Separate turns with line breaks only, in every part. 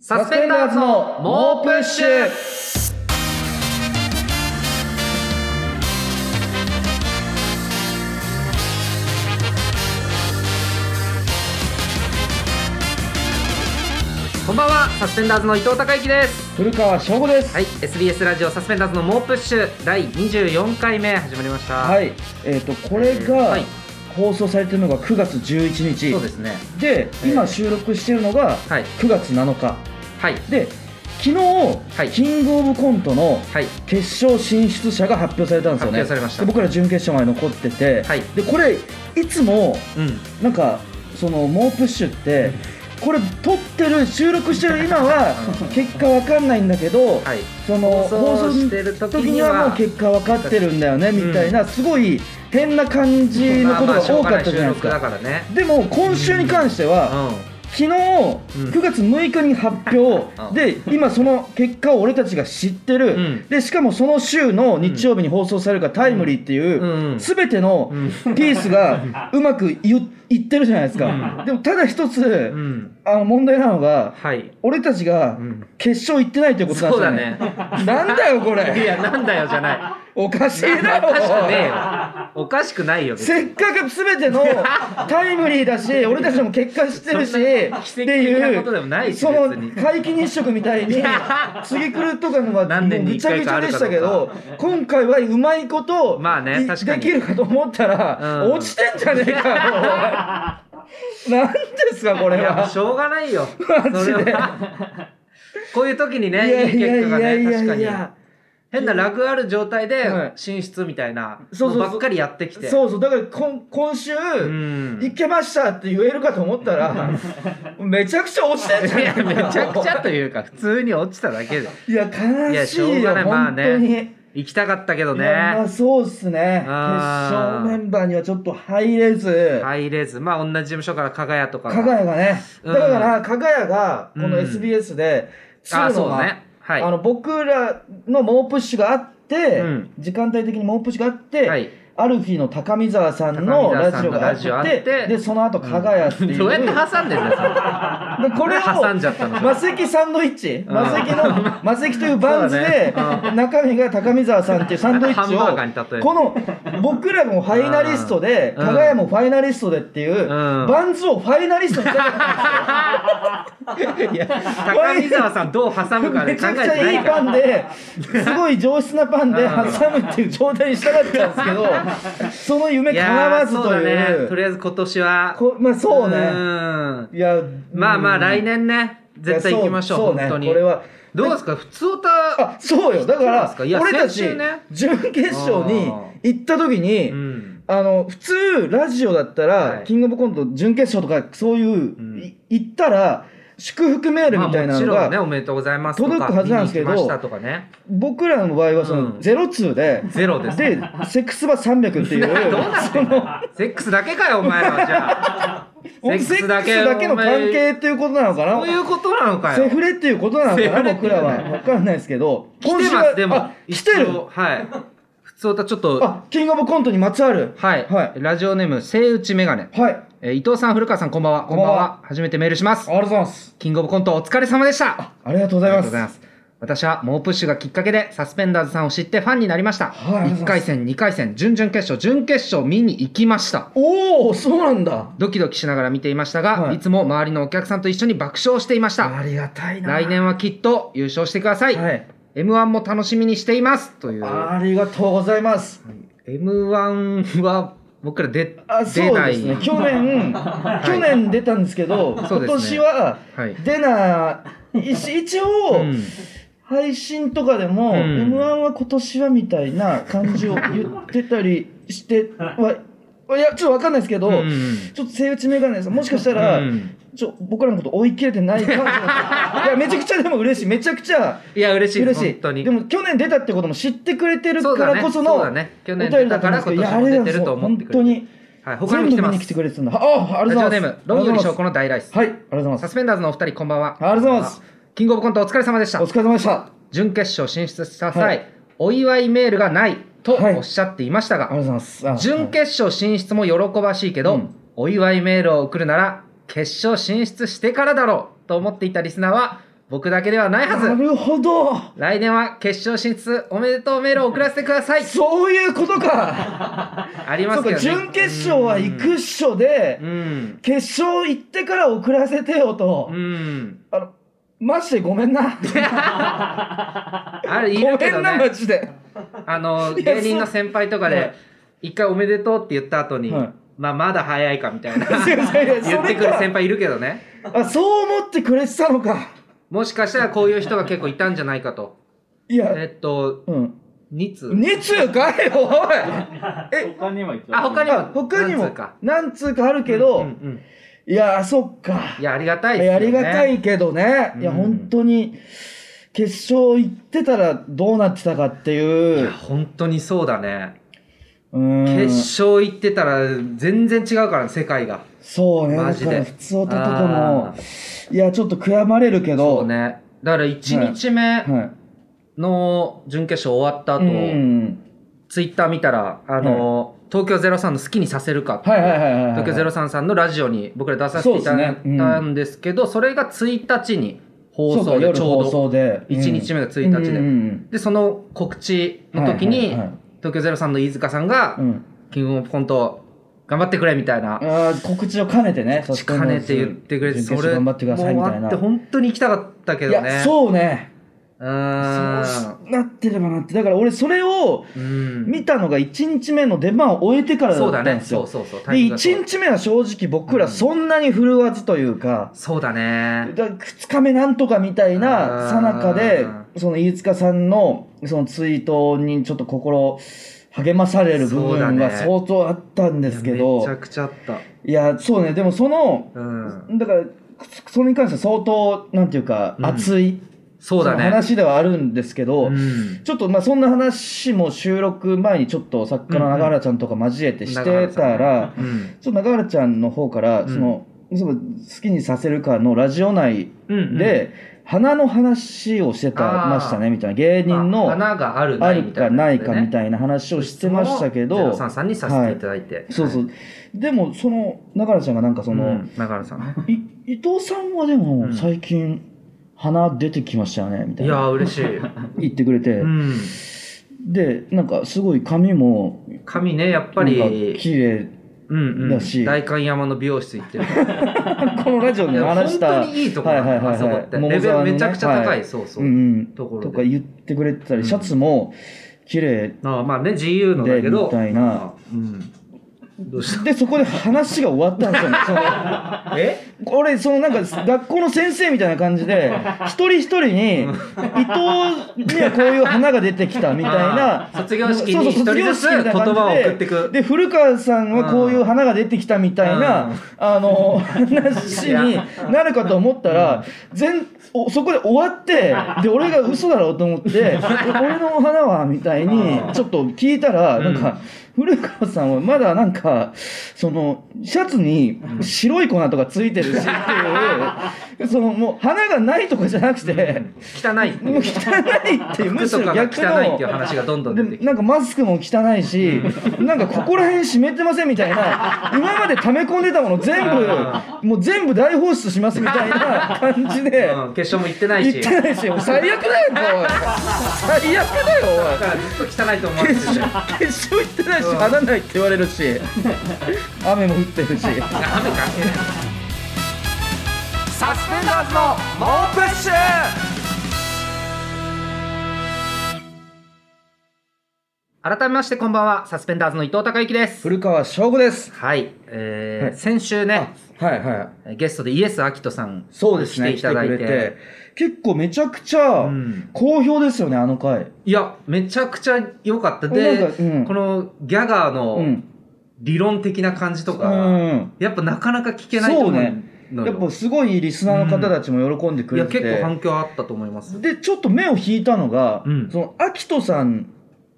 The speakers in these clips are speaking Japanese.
サスペンダーズの猛プッシュこんばんはサスペンダーズの伊藤孝之です
古川翔吾です。
はい SBS ラジオサスペンダーズの猛プッシュ第24回目始まりました
はいい。えっ、とこれ
は
が
い
放送されてるのが9月11日。
そうですね
で
えー
今収録してるのが
はい
9月7日。
はい
で昨日、
い
キングオブコントの
はい
決勝進出者が発表されたんですよ
発
ね。
表されました
で僕ら準決勝まで残ってて。
はい
でこれいつも
うん
なんかその猛プッシュって。これ撮ってる収録してる今 は結果わかんないんだけど、
はい
その
放送
放送
してる時
時
に
に
は
はもう結果分かってるんだよね
うん
みたいな、すごい変な感じのことが多かったじゃないです
まあまあしょうがない収録だ
か。
からね
でも今週に関しては、
う
昨日
ん
9月6日に発表、
うん
で今その結果を俺たちが知ってる、
うん
でしかもその週の日曜日に放送されるからタイムリーっていう、
うん
全てのピースがうまくいいってるじゃないですか、でもただ一つ、
んうん
あの問題なのが
はい
俺たちが
ん
決勝行ってないということなんで
そう
すよ
だね。
ねなんだよこれ
いや、なんだよじゃない。
おかしい
お
だ
かしくねえ
ろ
よ。おかしくないよ。別に
せっかく全てのタイムリーだし俺たちも結果してるし
そんな奇跡的なことでもないし
っていうそ
別に
の皆既日食みたいに
や
次来るとかのは
何年に
ぐ
一
ちゃ
回
ぐち
かあ
ゃ
る
で
か
し
どうか
たけど今回はうまいこと
まあね
い
確かに
できるかと思ったら、
うん
落ちてんじゃねえかも うなんですかこ
い
れ
や、もう
は
しょうがないよ。
マジで
それはこういう時にね、いい結果がね、確かに。変なラグある状態
は
で
い
進出みたいな
そう
の
そうそう
ばっかりやってきて。
そうそうだから今今週、
うん
いけましたって言えるかと思ったら、めちゃくちゃ落ちてんじゃ
いや、
ね
め
えかよ
ちゃくちゃというか、普通に落ちただけで。
いや、
いや、
悲しい
しょう
よ、
がない。まあ
本当に。
ね。行きたかったけど
いやま
ね
あ。そうっすね。決
あー
勝メンバーにはちょっと入れず、
入れず、まあ、同じ事務所から加賀屋とかが。
加賀谷がね、
うん
だから、加賀谷が、こ
うん
の SBS で、つ
あ、
る
そ
の
う
が、
ね。はい。
あの、僕らの猛プッシュがあって、
うん
時間帯的に猛プッシュがあって、
はい
アルフィーの高見沢さん
高見
の
沢
ラ
さん
ジ
の
オが
ラ
あっ
ジ
て、
オあって
で、その後、加賀谷っていう。
どうやって挟んでんだよそれ。
でこれを
挟んじゃったの
マセキサンドイッチ
ん
マセ キのマセキというバンズで
そうだね
中身が高見沢さんっていうサンドイッチ
ハンバーガーに例え
を
る
この僕らもファイナリストで
うん
加賀谷もファイナリストでっていうバンズをファイナリストにしたかったんですよ いや
高見沢さんどう挟むかで
めち
考
ゃ
えて
くちゃ
ないい
い
か
パ
ら
ンですごい上質なパンで挟むっていう状態にしたかったん ですけどその夢
い
叶
や
わ
ー
ず
そう
と
だねと
いう
りあえず今年は
こまあそうね
ん
いや
まあまあ来
年
年ね絶対行きましょう本当に
これは
どうですか普通歌
あそうよだか
そうなんです
ら
かいや
俺た
先
ち
週ね
準決勝に行った時に、
うん
あの普通ラジオだったら、
はい
キングオブコント準決勝とかそういう、
ん
い行ったら祝福メール
まあ
みたい
も
な
ち
の
ろ
が、
んねおめでとうございますと
届
か
くはずなんですけど
見に来ましたとかね
僕らの場合はそ
うん
のゼロ通で、
ゼロ です
でセックスバ300っていう
どうなってんのセックスだけかよお前らはじゃあ
そのセックスだけの関係っていうことなのかな
そういうことなのかよ
セフレっていうことなの
セフレ
かな
って
僕らは分かんないですけど
来てますでも
あ来てる
一応はい普通歌ちょっと
あキングオブコントにまつわる
はい、
は
ラジオネームセイウチメガネ
はいあり
えー伊藤さん古川さんこんばんは
こんばんは
初めてメールします
がとうございます
キングオブコントお疲れ様でしたあ
ありがとうございます
す私は猛プッシュがきっかけでサスペンダーズさんを知ってファンになりました、
はいありがとうございます
1回戦2回戦準々決勝準決勝見に行きました
おおそうなんだ
ドキドキしながら見ていましたが、
はい
い、つも周りのお客さんと一緒に爆笑していました
ありがたいな
来年はきっと優勝してください、
はい
m 1も楽しみにしていますという
ありがとうございます
m 1は僕ら出
あそ
出
う
な
で
い
すね去年、去年出たんですけど
そう
今
ですね
年は
はい
出ない、一一応、
うん
配信とかでも、
うん
m 1は今年はみたいな感じを言ってたりしてはいやちょっとわかんないですけど、
うんうん
ちょっと背打ちメガネさんもしかしたら、
うん
ちょ僕らのこと追い切れてない感じ がいやめちゃくちゃでも嬉しいめちゃくちゃ
いや嬉しい
嬉し
本当に
いでも去年出たってことも知ってくれてる
そう
か
だね
らこその
そ
お
うだ
便
ね去年出
りだ
た
った
か
んで
ら
すけ
今
どい
年も出
やあれなんで
て
す
ると
よ
思っ
本
てくれて
当に
はい、他にも来
全部
て
見
ま
に来て
す
くれてたんだあああ
ラ
り
ジ
が
オ
とう
ネー
ございます
ムロングリショーこの大ライス
はいありがとうございま
サ
す
スペンダーズのお二人こんばんは
ありがとうございます
キングオブコントお疲れ様でした
お疲れ様でした
準決勝進出した際、
はい
お祝いメールがないと
はい
おっしゃっていましたが、
ありがとうございますあ
準決勝進出も喜ばしいけど、
うん
お祝いメールを送るなら決勝進出してからだろうと思っていたリスナーは僕だけではないは
な
ず
るほど
来年は決勝進出おめでとうメールを送らせてください
そういうことか
ありま
そ
す
う
け
か
ど、ね、
準決勝は行くっしょで
うん
決勝行ってから送らせてよと
うん、うん、
あのマジでごめんな
あれい
ご
る
め
けど
んなマ
ね
ジで
あの
いや
芸人の先輩とか
はい
で一回おめでとうって言った後に、
はい
まあまだ早いかみたいな
いやいやい やそれ
言ってくる
か
先輩いるけどね
あそう思ってくれてたのか
もしかしたらこういう人が結構いたんじゃないかと
いや
えっと
うん
2通
2通かいおいえ
他にも一応
あ他に
あ
も
他に
何
も
通か
何通かあるけ
う
ど、
んうんうん
いやーそっか
いやありがたい
い
です
や
よ
あ
ね
りがたいけどね、いや
うん
本当に決勝行ってたらどうなってたかって
い
い
や
う
本当にそうだね
うん
決勝行ってたら全然違うからね世界が
そうね
マジで
だから普通歌とかも
あ
いやちょっと悔やまれるけど
そうねだから1日目
は
の準決勝終わった
い、う
後、
ん、
ツイッター見たらあの、東京03の好きにさせるかっていう
はいはいはいはいはい
東京03さんのラジオに僕ら出させていただいたんですけどそれが1日に放
そう
送
か
で
夜
ちょ
放
うど
送で
1日
目
目が1日で、
うん
でその告知の時に、
はいはいはい
東京03の飯塚さんが、
うん、
キングオブコント頑張ってくれみたいな
あー告知を兼ねて ね
告知兼ねて言ってくれて
準決
そ
勝
れ
頑
も
張ってくださいみたい
あ
な
って本当に行きたかったけ
い
どね
やそうね
う
そ
ー
うなってればなってだから俺それを
んうん
見たのが1日目の出番を終えてからだ
そう
った
だ
んで
ね
す
そ
よ
うそうそう
で1日目は正直僕らそんなに振るわずというか、
そうだね
だ2日目なんとかみたい
う
な
ん
さなかでその飯塚さんのそのツイートにちょっと心励まされる部
そうだ
分が
ね
相当あったんですけ
め
ど
ちゃくちゃあった
いやそうねでもその
うん
だからそれに関しては相当なんていうか
うん
熱い
そうだ
その
ね
話ではあるんですけど、
うん
ちょっとまあそんな話も収録前にちょっと作家の永原ちゃんとか交えてしてたら、
うん
ちょっと永原ちゃんの方から
ん
その、その好きにさせるかのラジオ内
うんうん
で、花の話をしてた
あー
ましたねみたいな芸人
まあ
の
花がある
あるかないかみ
い
たいな話をして
な
ましたけど、
03さんにさせていただいて
そうそう、でもその永原ちゃんがなんかそ
そ
の、
の中原さん
い伊藤さんはで
う
も
ん
最近花出てきましたよねみた
い
いな
や嬉し い
言ってくれて、
うん
でなんかすごい髪も
髪ねやっぱ
なんか
り
綺麗
うんう
だ
ん
し
代官山の美容室行ってる
このラジオで
い
も
や
話した
本当にいいとこなの、
はいはいはいはい
あそこって
桃
レベ
沢の
ル
ね
めちゃくちゃ高い、
はい
そうそう、
うん
とこ
うん、
ろ
と
で
か言ってくれてた
う
り
ん
シャツも綺麗
ああまあね自由のだ
で
け
み
ど
たいな
うんどうし
でそこで話が終わった んですよね
たえ
その俺そのなんか学校の先生みたいな感じで一人一人に伊藤にはこういう花が出てきたみたい な
あー卒業式に
そうそう
一人ずつ
卒業式みたいな感じで
言葉を送ってく
で古川さんはこういう花が出てきたみたいな、
うん
あの話になるかと思ったら全おそこで終わってで俺が嘘だろうと思ってえ俺のお花はみたいに
うん
ちょっと聞いたら
う
なんんか。古川さんはまだなんかそのシャツに白い粉とかついてるし っていうそのもう花がないとかじゃなくて、
汚い
もう汚いっていうむ
服
し
と
ろ
かが
逆
汚いっていう
の
話がどんどん出て
で
きて
なんかマスクも汚いしなんかここら辺湿ってませんみたい な今まで溜め込んでたもの全
あ
部もう全部大放出しますみたいな感じで
うん、決勝も行ってない
言
し
ってないしもう最悪だよおい最悪だよおい
だからずっと汚いと思われて
決
るんだよ
勝決勝行ってないし
うん
花ないって言われるし雨も降ってるし
雨関係ないサスペンダーズの猛プッシュ改めましてこんばんはサスペンダーズの伊藤孝之です
古川翔吾です
はい、えー
はい
先週ね
はいはい
ゲストでイエス・アキトさん
そうですね
来ていただいて
来くれ結構めちゃくちゃ
うん
好評ですよねあの回
いやめちゃくちゃ良かった
な
で
んか、うん
このギャガー
う
の
ん
理論的な感じと
う
か、
ん
やっぱなかなか聞けないと思うのよ
やっぱすごいリスナーの方たちも喜んでく
い
れ
や
て
結
て、
構反響あったと思います
でちょっと目を引いたのが、
うん
そのアキトさん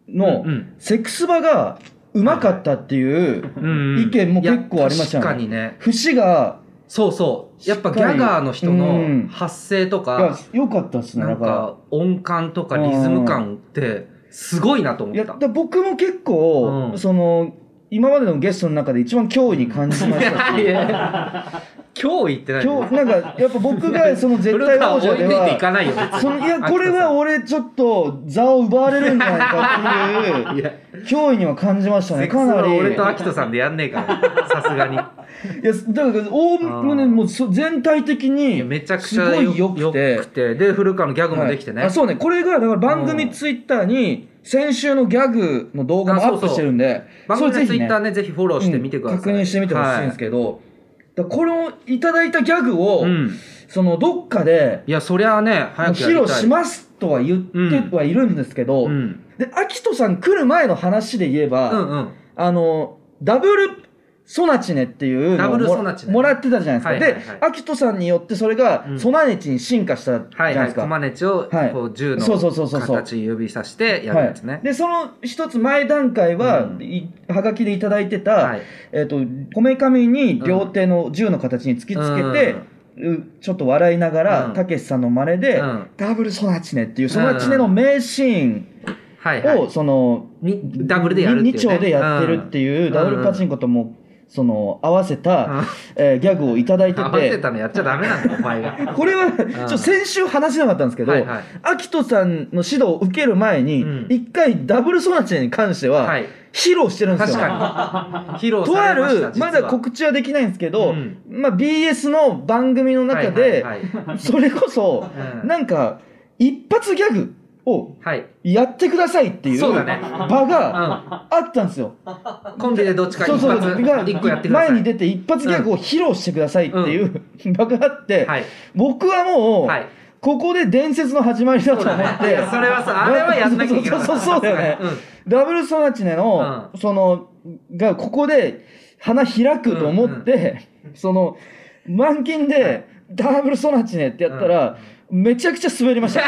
の
うんうん
セックス場がうまかったっていう
うん
意見も結構ありました
いや確
よね
かにね
節が
そうそうやっぱギャガーの人
う
の
ん
発声と
が
か、
良かったですね
な
だ
ん
から
か音感とかリズム感ってすごいなと思
いや
っ
だ
た
から僕も結構、
うん
その今までのゲストの中で一番脅威に感じましたし
いや脅威って何
今日なんかやっぱ僕がその絶対王者
古川を追
で
い抜いてい
は
かないよ
そのいやこれは俺ちょっと座を奪われるんじゃないかって
い
いう
や
脅威には感じました
セ
ね
ックス
かな
は
り
俺とアキトさんでやんねえからさすがに
いやだからおおむねもうそ全体的に
めちゃくち
す
ゃ
ごい良
よ
くて
で古川のギャグも
はい
できてね、
あそうねこれがだから番組ツイッターに先週のギャグの動画も
あ
ア
そう
ッ
そう
プしてるんで
番組
それ
の
ぜ
ツイ
ひ
ッ
ね
ターねぜひフォローしてみてください、
うん確認してみてほしいんですけど、だからこのいただいたギャグを、
はいうん、
そのどっかで
いやそりゃあね早くや
披
りたい
露しますとは言ってはいるんですけど、
うん
でアキトさん来る前の話で言えば、
うんうん
あのダブルソナチネっていうの
ダ
を
ブルソ
も
ナ
ら
チネ
もらってたじゃない
はい
で
は
す
い
か、
はい
でアキトさんによってそれが
うん
ソナネチに進化したじゃ
はいは
ないで
い
すか、
コマネチを
はい
こう銃の
そうそうそうそうそう
形指さしてやるやつね、
でその一つ前段階は、
うん
いはがきでいただいてた、
はい
えっとこめかみに両手の銃の形に突きつけて、うちょっと笑いなが
うん
らたけしさんの真似
う
で、
んうん
ダブルソナチネっていうソナチネの名シーン
はい
を、
はい
その
にダブルでやるっていう、ね、
2丁でやってるっていう、
うん
ダブルパチンコともその合わせた、
うん
えーギャグをいただいて
合わせ
て
たのやっちゃダメなんだお前が
これはちょっと先週話せなかったんですけど、
はいはい
アキトさんの指導を受ける前に
うん
一、回ダブルソナチネに関しては
はい
披露してるんです
確
よ。
かに披露
とあ
されました
るまだ
国
告知はできないんですけど、
うん
まあ、BS の番組の中で
はいはいはい
それこそ
うん
なんか一発ギャグを
はい
やってくださいっていう
そうだ
場
ね
があったんですよ。
コンビでどっちか
そう
一
そう
発
が
一個やってください
前に出て一発ギャグを披露してくださいっていうう場があって、
はい
僕はもう
はい
ここで伝説の始まりだと思っ
い
て
やそれはさあれはやんなきゃいけない
そうそうそうそうだよねダブルソナチネの、そのがここで花開くと思って、その満勤でダブルソナチネってやったら、めちゃくちゃ滑りました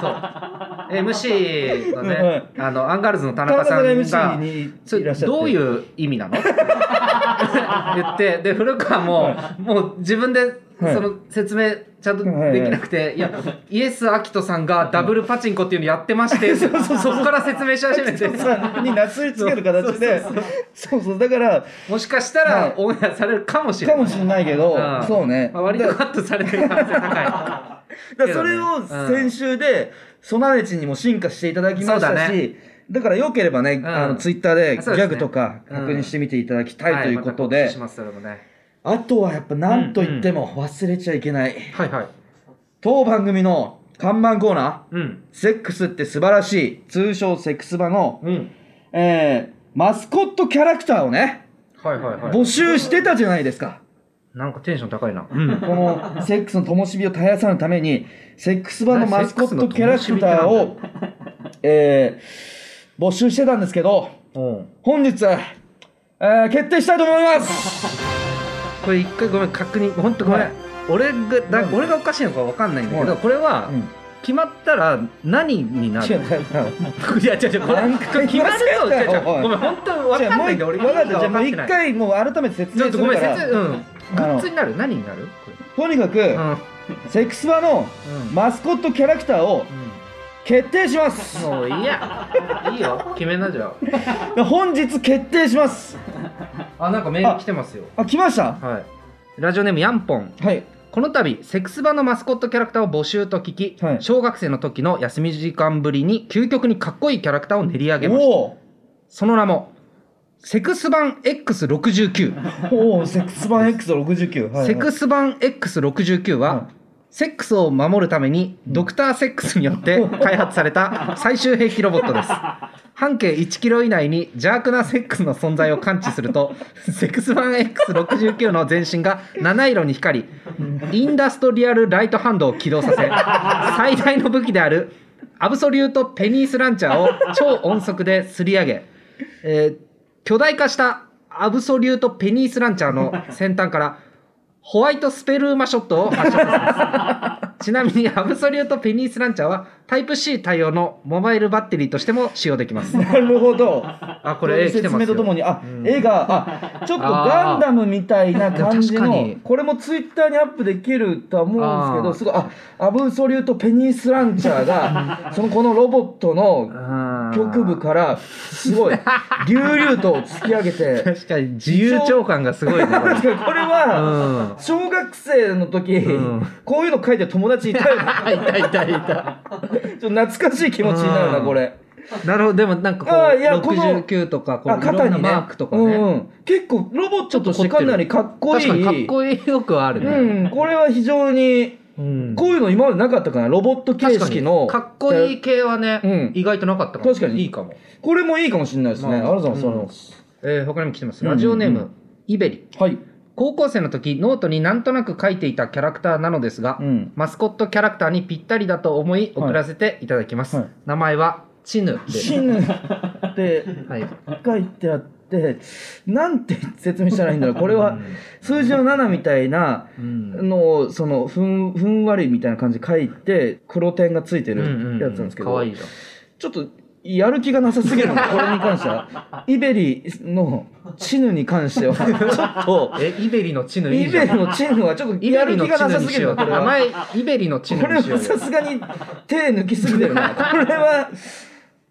そう MC のね、
はい
あのアンガールズの田
田
中
中
さんが
さんが MC に
そ
いら
れ
っしゃって
どういう意味なの 言ってで古川ももう自分で
はい
その説明ちゃんとできなくて、いやイエス・アキトさんがダブルパチンコっていうのやってましてそこから説明し始めて
さんになすりつける形でそうそうだから
もしかした
は
ら
い
オンエアされるかもしれな
か
い
もしれないけど
ん
そうね
まあ、割と
だ
カットされてる可能性高
だからそれを先週で、ソナネチにも進化していただきまし
そう
た
だ
し、
ね
だからよければね、
ん
あのツイッターでギ
そうですね
ャグとか確認してみていただきた
い。
いということ
は
で、
いまた告知しますそれもね。
あとはやっぱ何と言っても忘れちゃいけない、
はいはい。
当番組の看板コーナ
うん。
ー「セックスって素晴らしい」通称セックス場の、
うん。
えーマスコットキャラクターをね
はいはいはい。
募集してたじゃないですか。
なんかテンション高いな。うん。
このセックスの灯火を絶やさぬためにセックス場のマスコットキャラクターを、えー募集してたんですけど
お
本日、えー決定したいと思います
これ一回ごめん確認本当ごめん、
はい
俺がだ
うん
俺がおかしいのかわかんないんだけど、
はい
これは
うん
決まったら何にな
違
る、
う違う違う
いや違う違うこれ
何
これ
回
決まるぞ
言いま
違
せ
うん違う
かおい
ごめん本当わ
じゃ
か
あ
ん
もう
ないん
一
だ俺
わかったじゃあもう
意味
一
がわかって
回もう改めて説
ちょ
明
っ
す
とご
る
め
か
ん
ら
説明うんグ
あの
ッズになる何になるこれ
とにかく、
うんうん
セックス場のマスコットキャラクターを決定します
もういいやいいよ決めなじゃ
本日決定します
ああなんかメール来てますよ
あ来ました
はいラジオネームヤンポン
はい
この度セックス場のマスコットキャラクターを募集と聞き、
はい
小学生の時の休み時間ぶりに究極にかっこいいキャラクターを練り上げました
おお
その名もセクス版 X69、
おおセックス版 X69、はいはい
セクス版 X69 は、
はい
セックスを守るためにドクターセックスによ って開発された最終兵器ロボットです半径1キロ以内に邪悪なセックスの存在を感知する とセックス版 X69 の全身が七色に光りインダストリアルライトハンドを起動さ せ最大の武器であるアブソリュートペニースランチャーを超音速ですり上げ、えー巨大化したアブソリュートペニースランチャーの先端からホワイトスペルーマショットを発射させます。 ちなみにアブソリュートペニースランチャーはタイプ C 対応のモバイルバッテリーとしても使用できます。
なるほど。
あこれ絵来て
説
ますよ
明とともに、あ、
うん
絵が、あ、ちょっとガンダムみたいな感じ
あー確かに
の、これもツイッターにアップできるとは思う んですけど、すごい、あ、アブソリュートペニースランチャーが、そのこのロボットの局部からすごい隆々と突き上げ て
確かに自由帳感がすごいねこれ
確かにこれ
う
は
ん
小学生の時、
うん
こういうの書いてる友達いた よね
いたいたいた
ちょっと懐かしい気持ちになるな
うん
これ
なるほどでもなんかこ
あ
う
ーいやこの
69とかこういろんなマークとか
う
ね
ん結構ロボットとしてかなりかっこいい
確かにかっこいいよくはあるね
うん、これは非常に
うん
こういうの今までなかったかなロボット形
確かに
式の
かっこいい系はね
うん
意外となかったかも
確かに
いいかも
これもいいかもしれないですね、
まあ
ありがとうございます、
えー他にも来てますラジオネー
うんう
ムイベリ
はい、
高校生の時ノートになんとなく書いていたキャラクターなのですが
うん、
マスコットキャラクターにぴったりだと思い送らせていただきます、
はい
名前はチヌ
死
で
ぬって
はい
書いてあってなんて説明したらいいんだろうこれは数字の7みたいな
うんうん
のをそのふんふんわりみたいな感じで書いて黒点がついて
うん
るやつなんですけど、
可愛いじゃん
ちょっとやる気がなさすぎるのこれに関してはイベリのチヌに関してはちょっと
えイベリのチヌい
イ
いじゃ
ベリ
ん
のチヌはちょっと
イ
や
ベ
る
リ
気
の
が
チ
な
ヌ
さ
に
すぎ
し
る
よ
な
う
これ
名
は
前イベリのチ
こ
ヌ
れ
にしよ
は
う
さ
よ
すがに手抜きすぎてるなこれは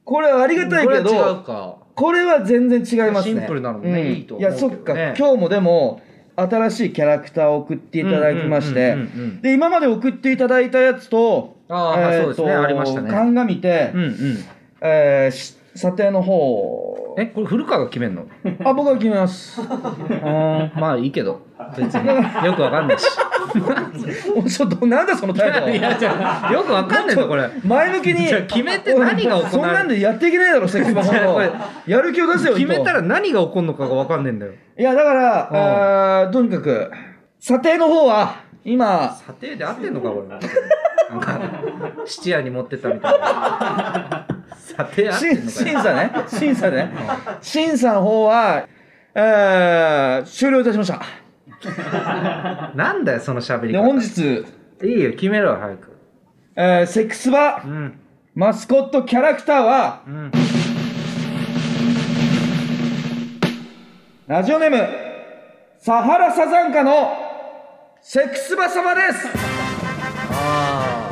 これはありがたい
これ
け
は違
ど
うか
これは全然違いますね
シンプルなのね
うん
いいと思うけどね
やそっか今日もでも新しいキャラクターを送っていただきまし
うんうん
て
うんうん
で今まで送っていただいたやつと
あーそうですねありましたね
鑑みて、
うんうん
えーし査定の方を
えこれ古川が決めん の
あ僕が決めます
あーまあいいけど別によくわかんないし
おちょっとなんだその態度
いやじゃあよくわかんないのこれ
前向きに
じゃあ決めて何が起こる
そんなんでやっていけないだろセックスマホの
違う
やる気を出せよ伊
決
藤
めたら何が起こるのかがわかんないんだよ
いやだから、あーとにかく査定の方は今
査定で合ってんのかこれなんか質屋に持ってったみたいな査定合って
審
んのか
審
よ
査ね審査ね審査の方は、えー、終了いたしました
なんだよその喋り
で
方
本日、
いいよ決めろよ早く
えーセックスバ
うん
マスコットキャラクターは
うん
ラジオネームサハラサザンカのセックスバ様です
あー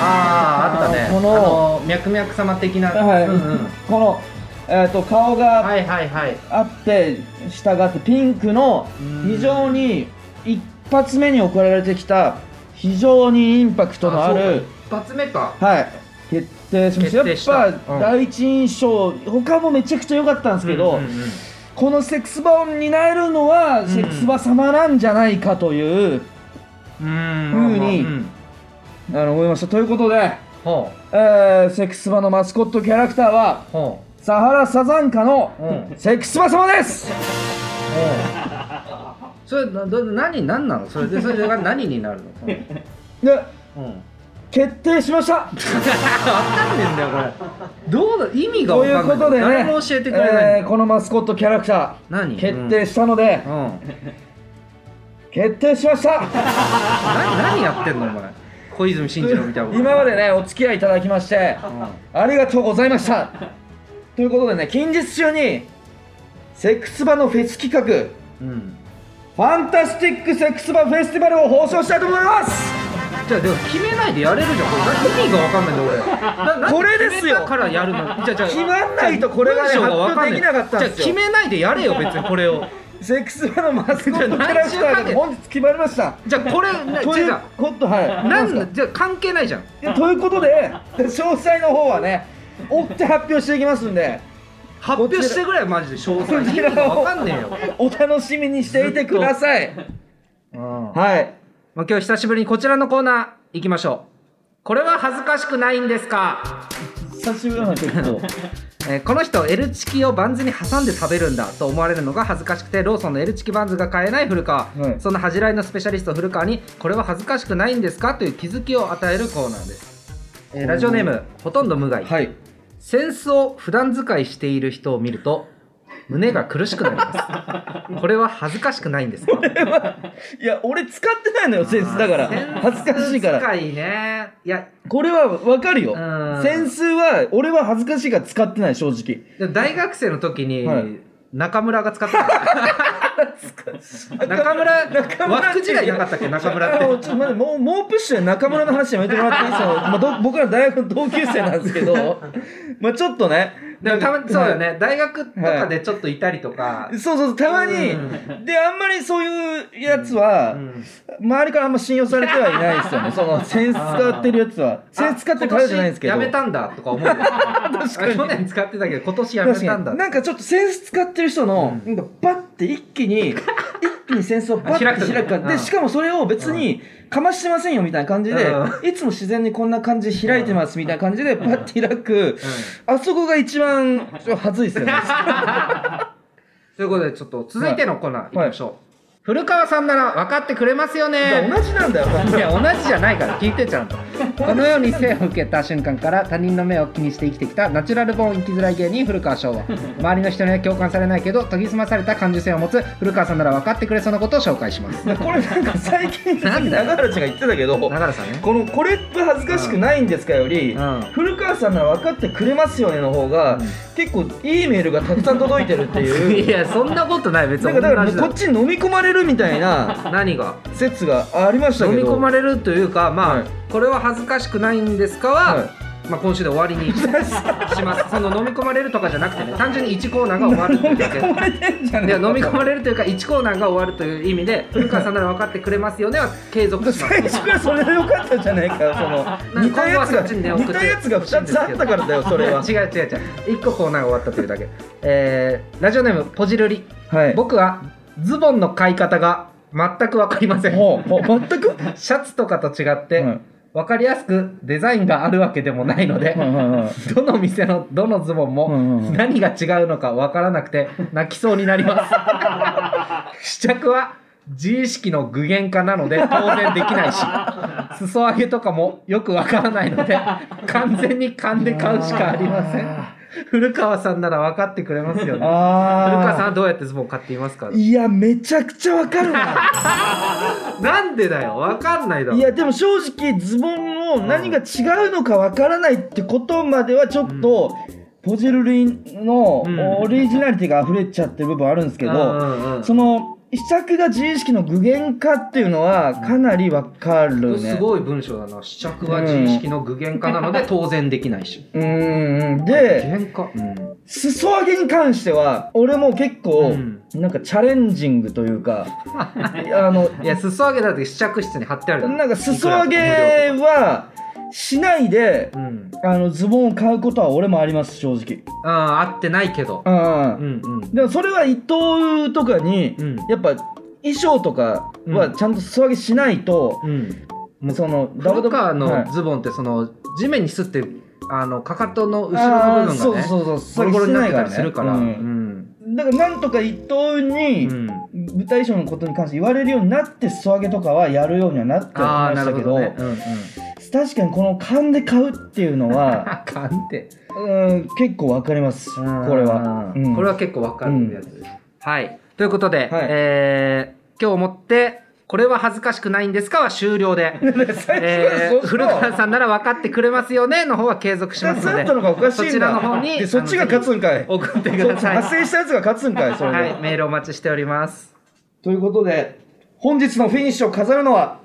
あーあったね
この
あの脈々様的な、
はい、
うんうん、
この、えー、と顔が
はいはいはい
あって下があってピンクの
うん
非常に一発目に送られてきた非常にインパクトのあ
そう
る
一発目か
はい決定しました
決定した
やっぱ、
うん
第一印象他もめちゃくちゃ良かったんですけど、
うんうんうん
このセックスバを担えるのは
ん
セックスバ様なんじゃないかという、
うーん
ふうに
ん
あの思いましたということで、
ほ
えーセックスバのマスコットキャラクターは
うほ
サハラサザンカの
ううんほう
セックスバ様です
それなど何何なのそれでそれが何になるの
で
うん、うん、
決定しました
分かんねえんだよこれどうだ意味が
と
分
い
か
うん
な
こ
い
とでね
誰も教えてくれない、
えーこのマスコットキャラクタ
何
ー決定したので、
うん、うん、
決定しました
何何やってんのお前小泉進次郎みたいなこと
今までねお付き合いいただきまして
う
ありがとうございましたということでね近日中にセックスバのフェス企画
ん、うん、
ファンタスティックセックスバフェスティバルを放送したいと思います
じゃあでも決めないでやれるじゃんこれ何意味が分かんないんだよ俺ななん
これですよ
決めたからやるのじゃあじゃあ
決まんないとこれがね
文章分かん
発表できなかったんですよ
じゃあ決めないでやれよ別にこれを
セックスバのマスコットキャラクターが本日決まりました
じゃあこれね
と
違
いうう
違う
ことはい
なん
で
だじゃあ関係ないじゃん
すかということで詳細の方はね追って発表していきますんで
発表してくれよマジで詳細
こ
意
ち
味
らを
が分かんねえよ、
お楽しみにしていてください
うんまあ、
はい
今日久しぶりにこちらのコーナー行きましょうこれは恥ずかしくないんですか、
久しぶりだな結構
えーこの人 L チキをバンズに挟んで食べるんだと思われるのが恥ずかしくてローソンの L チキバンズが買えない古川、
はい
そんな恥じらいのスペシャリスト古川にこれは恥ずかしくないんですかという気づきを与えるコーナーです、えーラジオネームほとんど無害、
はい
センスを普段使いしている人を見ると胸が苦しくなります。これは恥ずかしくないんですか。
いや俺使ってないのよセンスだから恥ずかしいか
センス
ら
使いね。いや、
これはわかるよ
うん
センスは俺は恥ずかしいから使ってない正直
でも大学生の時に、
はい
中村が使って た中村和服時代なかったっけ中村
あの
っ
ちょってと待ってもう猛プッシュで中村の話やめてもらってい いですか、まあ、ど僕ら大学の同級生なんですけど、まあ、ちょっとね
でもたまそうだよね大学とかでちょっといたりとか、
そうそうそうたまに、
うん
であんまりそういうやつは、
うん
周りからあんま信用されてはいないですよねそのセンス使ってるやつはセンス使ってる彼じゃないんですけど
あ今年やめたんだとか 思うよ
かに
去年使ってたけど今年やめ
確
た
か
んだ
になんかちょっとセンス使ってる人の、なんかバッて一気 に一気にセンスをバッて
開
開
くと
く
ね
から
う
で
ん
しかもそれを別にかましてませんよみたいな感じで、
う
いつも自然にこんな感じで開いてますみたいな感じでバッて開く、あそこが一番はずい ですよね
ということでちょっと続いてのコーナーいきましょう、古川さんなら分かってくれますよ
だから
ね
同じなんだよ
いや同じじゃないから聞いてちゃんとこのように生を受けた瞬間から他人の目を気にして生きてきたナチュラルボーン生きづらい芸人古川翔は周りの人には共感されないけど研ぎ澄まされた感受性を持つ古川さんなら分かってくれそうなことを紹介します
これなんか最近
なんだよ
長原ちゃんが言ってたけ ど
長良さんね
この「これって恥ずかしくないんですか?」より、
うん
古川さんなら分かってくれますよねの方
う
が、
ん
結構いいメールがたくさん届いてるって いう
いやそんなことない別
なん
に
かだか
同
ら
じだ
こっちに飲み込まれるみたいな
何が
説がありました
飲
けど
み込まれるというかまあ、
はい
これは恥ずかしくないんですかは、
は
まあ、今週で終わりにしますその飲み込まれるとかじゃなくてね単純に1コーナーが終わるというだけ
飲み込まれてんじゃ
い
ね
や
えか
飲み込まれるというか1コーナーが終わるという意味で古川さんなら分かってくれますよねは継続します
最初 からそれでよかったじゃないかよその似た
今
やつ
後はそっちにね
が
送っ
似
て
たやつが2つあったからだよそ れは
違う違う違う1個コーナーが終わったというだけ、えー、ラジオネームポジルリ
はい
僕はズボンの買い方が全く分かりません
ほうほう全く
シャツとかと違って、
はい
分かりやすくデザインがあるわけでもないので、
はいはいはい
どの店のどのズボン
うんうんう
も
ん
何が違うのか分からなくて泣きそうになります 試着は自意識の具現化なので当然できないし裾上げとかもよく分からないので完全に勘で買うしかありません
あ
古川さんなら分かってくれますよ
ー
ね古川さん
あ
はどうやってズボン買っていますか
ーいやめちゃくちゃわかるな
なんでだよ分かんないだろ
いやでも正直ズボンを何が違うのかわからないってことまではちょっと、ポジルリンの
うん
オリジナリティが溢れちゃってる部分あるんですけ
う
ど、
んうん
その試着が自意識の具現化っていうのはかなりわかるね。
すごい文章だな試着は自意識の具現化なので当然できないし
うーん
具
で
現化うん
裾上げに関しては俺も結構、
うん
なんかチャレンジングとい うかあの
いや、裾上げだって試着室に貼ってあるじゃ
なんか裾上げはしないで
うん。
あのズボンを買うことは俺もあります正直。
あー合ってないけど。
うん
うんうん。
でもそれは伊藤とかに、
うん
やっぱ衣装とかはちゃんと裾上げしないと、
うん。もう
その
ダブルカー
はい
のズボンって、その、地面にすって、あの、かかとの後ろ
あ
の部
ー
分
そ
が
う
ね、
そうそう
ゴ
裾
ロ
上
ゴ
げ
ロ
し
になってた
ないか
り
ら、
するから。う
う
んん。
だからなんとか伊藤
う
に、
ん
舞台衣装のことに関して言われるようになって裾上げとかはやるようにはなって
あ
は
あ、
きま
な
し
る
た
ほ
けど
どね。うんうん。
確かにこの勘で買うっていうの は
あかんって。
うん結構わかりますこれは、
うんこれ
は
は結構わかるやつ。はい。ということで、
はい
えー今日もって、これは恥ずかしくないんですかは終了 で。
最初から
え
そ
ー
こ
古川さんなら分かってくれますよねの方は継続しますの
だ
で
ったのがおかしいん
そ
だ
ちらの方に
でそっちが勝つんか
あのぜ
い
ひ送ってく
そっ
だ
ち
さい
発生したやつが勝つんかいそれで、
はいメールお待ちしております
ということで本日のフィニッシュを飾るのは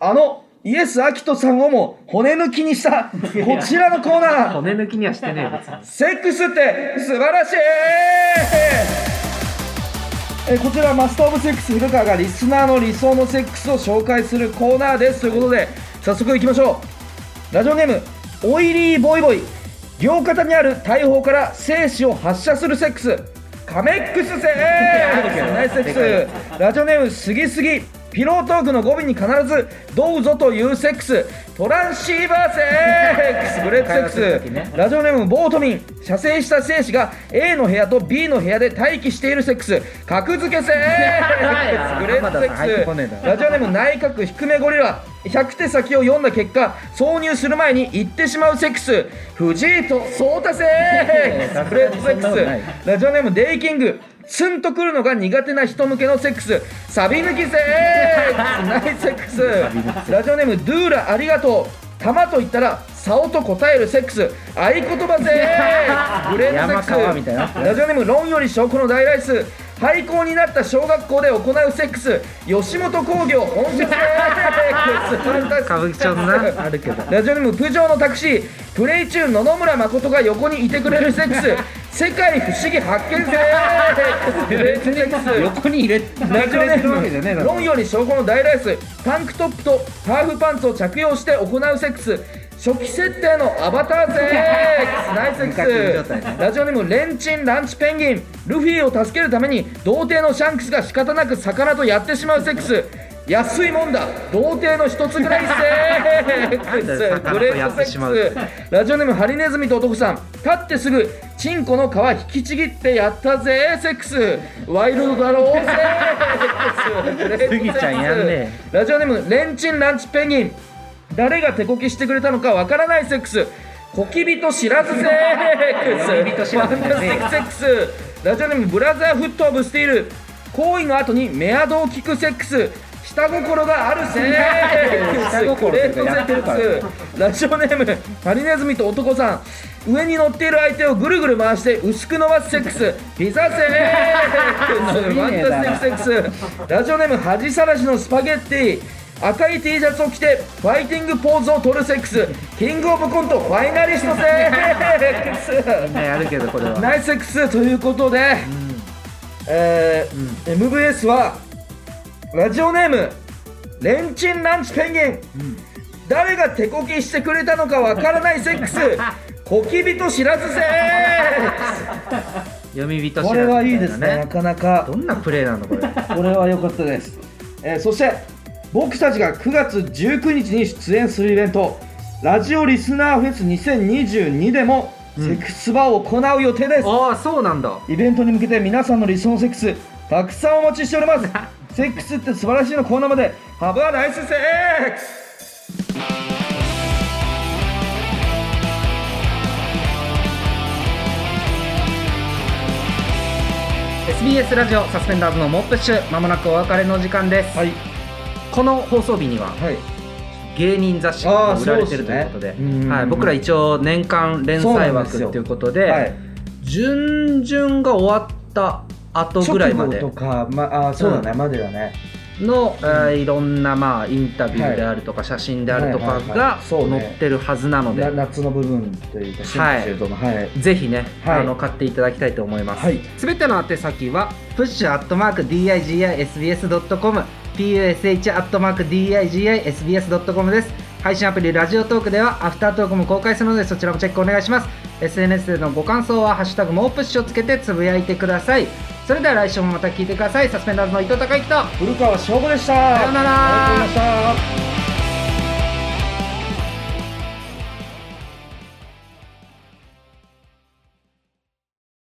あのイエス・アキトさんをも骨抜き にしたこちらのコーナー
骨抜きにはしてねえよ別に
「セックスって素晴らしい!」えこちらマスター・オブ・セックス古川がリスナーの理想のセックスを紹介するコーナーですということで早速いきましょうラジオネームオイリー・ボイボイ両肩にある大砲から精子を発射するセックスカメックスセックスナイスセックスラジオネームすぎすぎピロートークの語尾に必ず「どうぞ」というセックストランシーバーセックスグレートセック
会話する
ス、
時ね
ラジオネームボートミン射精した精子が A の部屋と B の部屋で待機しているセックス格付けセックスグレー
浜田
トセ
さん入って
ッ
こね
ク
え
スラジオネーム内閣低めゴリラ100手先を読んだ結果挿入する前に行ってしまうセックス藤井と颯太セックスグレートセッ
そんなことない
クスラジオネームデイキングツンとくるのが苦手な人向けのセックスサビ抜きセックスナイスセックスラジオネームドゥーラありがとう玉と言ったら竿と答えるセックス合言葉ぜ グレードセ
山
ッ
川
クス
みたいな
ラジオネーム論より証拠の大ライス廃校になった小学校で行うセックス吉本興業本社セックス
歌舞伎町のなあるけど
ラジオネーム「プジョーのタクシー」プレイ中野々村誠が横にいてくれるセックス世界不思議発見セッ クスレッツセックス
横に入れ
ラ
ラ
ジ
ジ
オ
オ
ネ
でるわけ じゃね
ー
え
ム
だ
論
ろ
より証拠の大ライスタンクトップとハーフパンツを着用して行うセックス初期設定のアバターセックスナイ スセ
無課金
ッ
状態
ク
ね
スラジオネームレンチンランチペンギンルフィを助けるために童貞のシャンクスが仕方なく魚とやってしまうセックス安いもんだ童貞の一つぐらいセック
なんだよ
ス
魚とやってしまうって
ラジオネームハリネズミと男さん立ってすぐチンコの皮引きちぎってやったぜセックスワイルドだろうセック ス
スギちゃんやんね
ラジオネームレンチンランチペンギン誰が手こきしてくれたのかわからないセックスこきびと知らずセックス
恋人知らず
ファンタスティックセックスラジオネームブラザーフットオブスティール行為の後にメアドを聞くセックス下心があるセックス
下心というかやってるから
ラジオネームハリネズミと男さん上に乗っている相手をぐるぐる回して薄く伸ばすセックス膝セ ックスワンタスティックセックスラジオネーム恥さらしのスパゲッティ赤い T シャツを着てファイティングポーズを取るセックスキングオブコントファイナリストセックス
やるけどこれは
ナイスセックスということで、えー MVS はラジオネームレンチンランチペンギン、誰が手こきしてくれたのかわからないセッ クスこきびと知らずセック
読み人
ス
知
こ
ら
れ
ず
はいい
みた
で
いな
すねなかなか
どんなプレイなのこれ
これは良かったです、えーそして僕たちが9月19日に出演するイベントラジオリスナーフェス2022でもセックスバーを行う予定です、
ああそうなんだ
イベントに向けて皆さんの理想のセックスたくさんお待ちしておりますセックスって素晴らしいのコーナーまでハブはナイスセックス
え SBS ラジオサスペンダーズのモップッシュまもなくお別れの時間です、
はい
この放送日には
はい
芸人雑誌が売られてるということ
あ
で
ーそうですね
は
う
い、
ん
僕ら一応年間連載枠っていうことで
はい
準々が終わった後ぐらいまで
直後とか、まああそうだね、
うん
までだね
の、えーいろんなまあインタビューであるとか写真であると
は
か
いはいはい
が
そうね
載ってるはずなので、
な夏の部分というか新
はい
中とのはい
ぜひね、
はい
あの買っていただきたいと思います。
はい
すべての宛先は push.digisbs.com push.digisbs.com です配信アプリラジオトークではアフタートークも公開するのでそちらもチェックお願いします SNS でのご感想は「ハッシュタグもプッシュ」をつけてつぶやいてくださいそれでは来週もまた聞いてくださいサスペンダーズの伊藤孝之と
古川翔吾でした
さようなら
ありがとうございました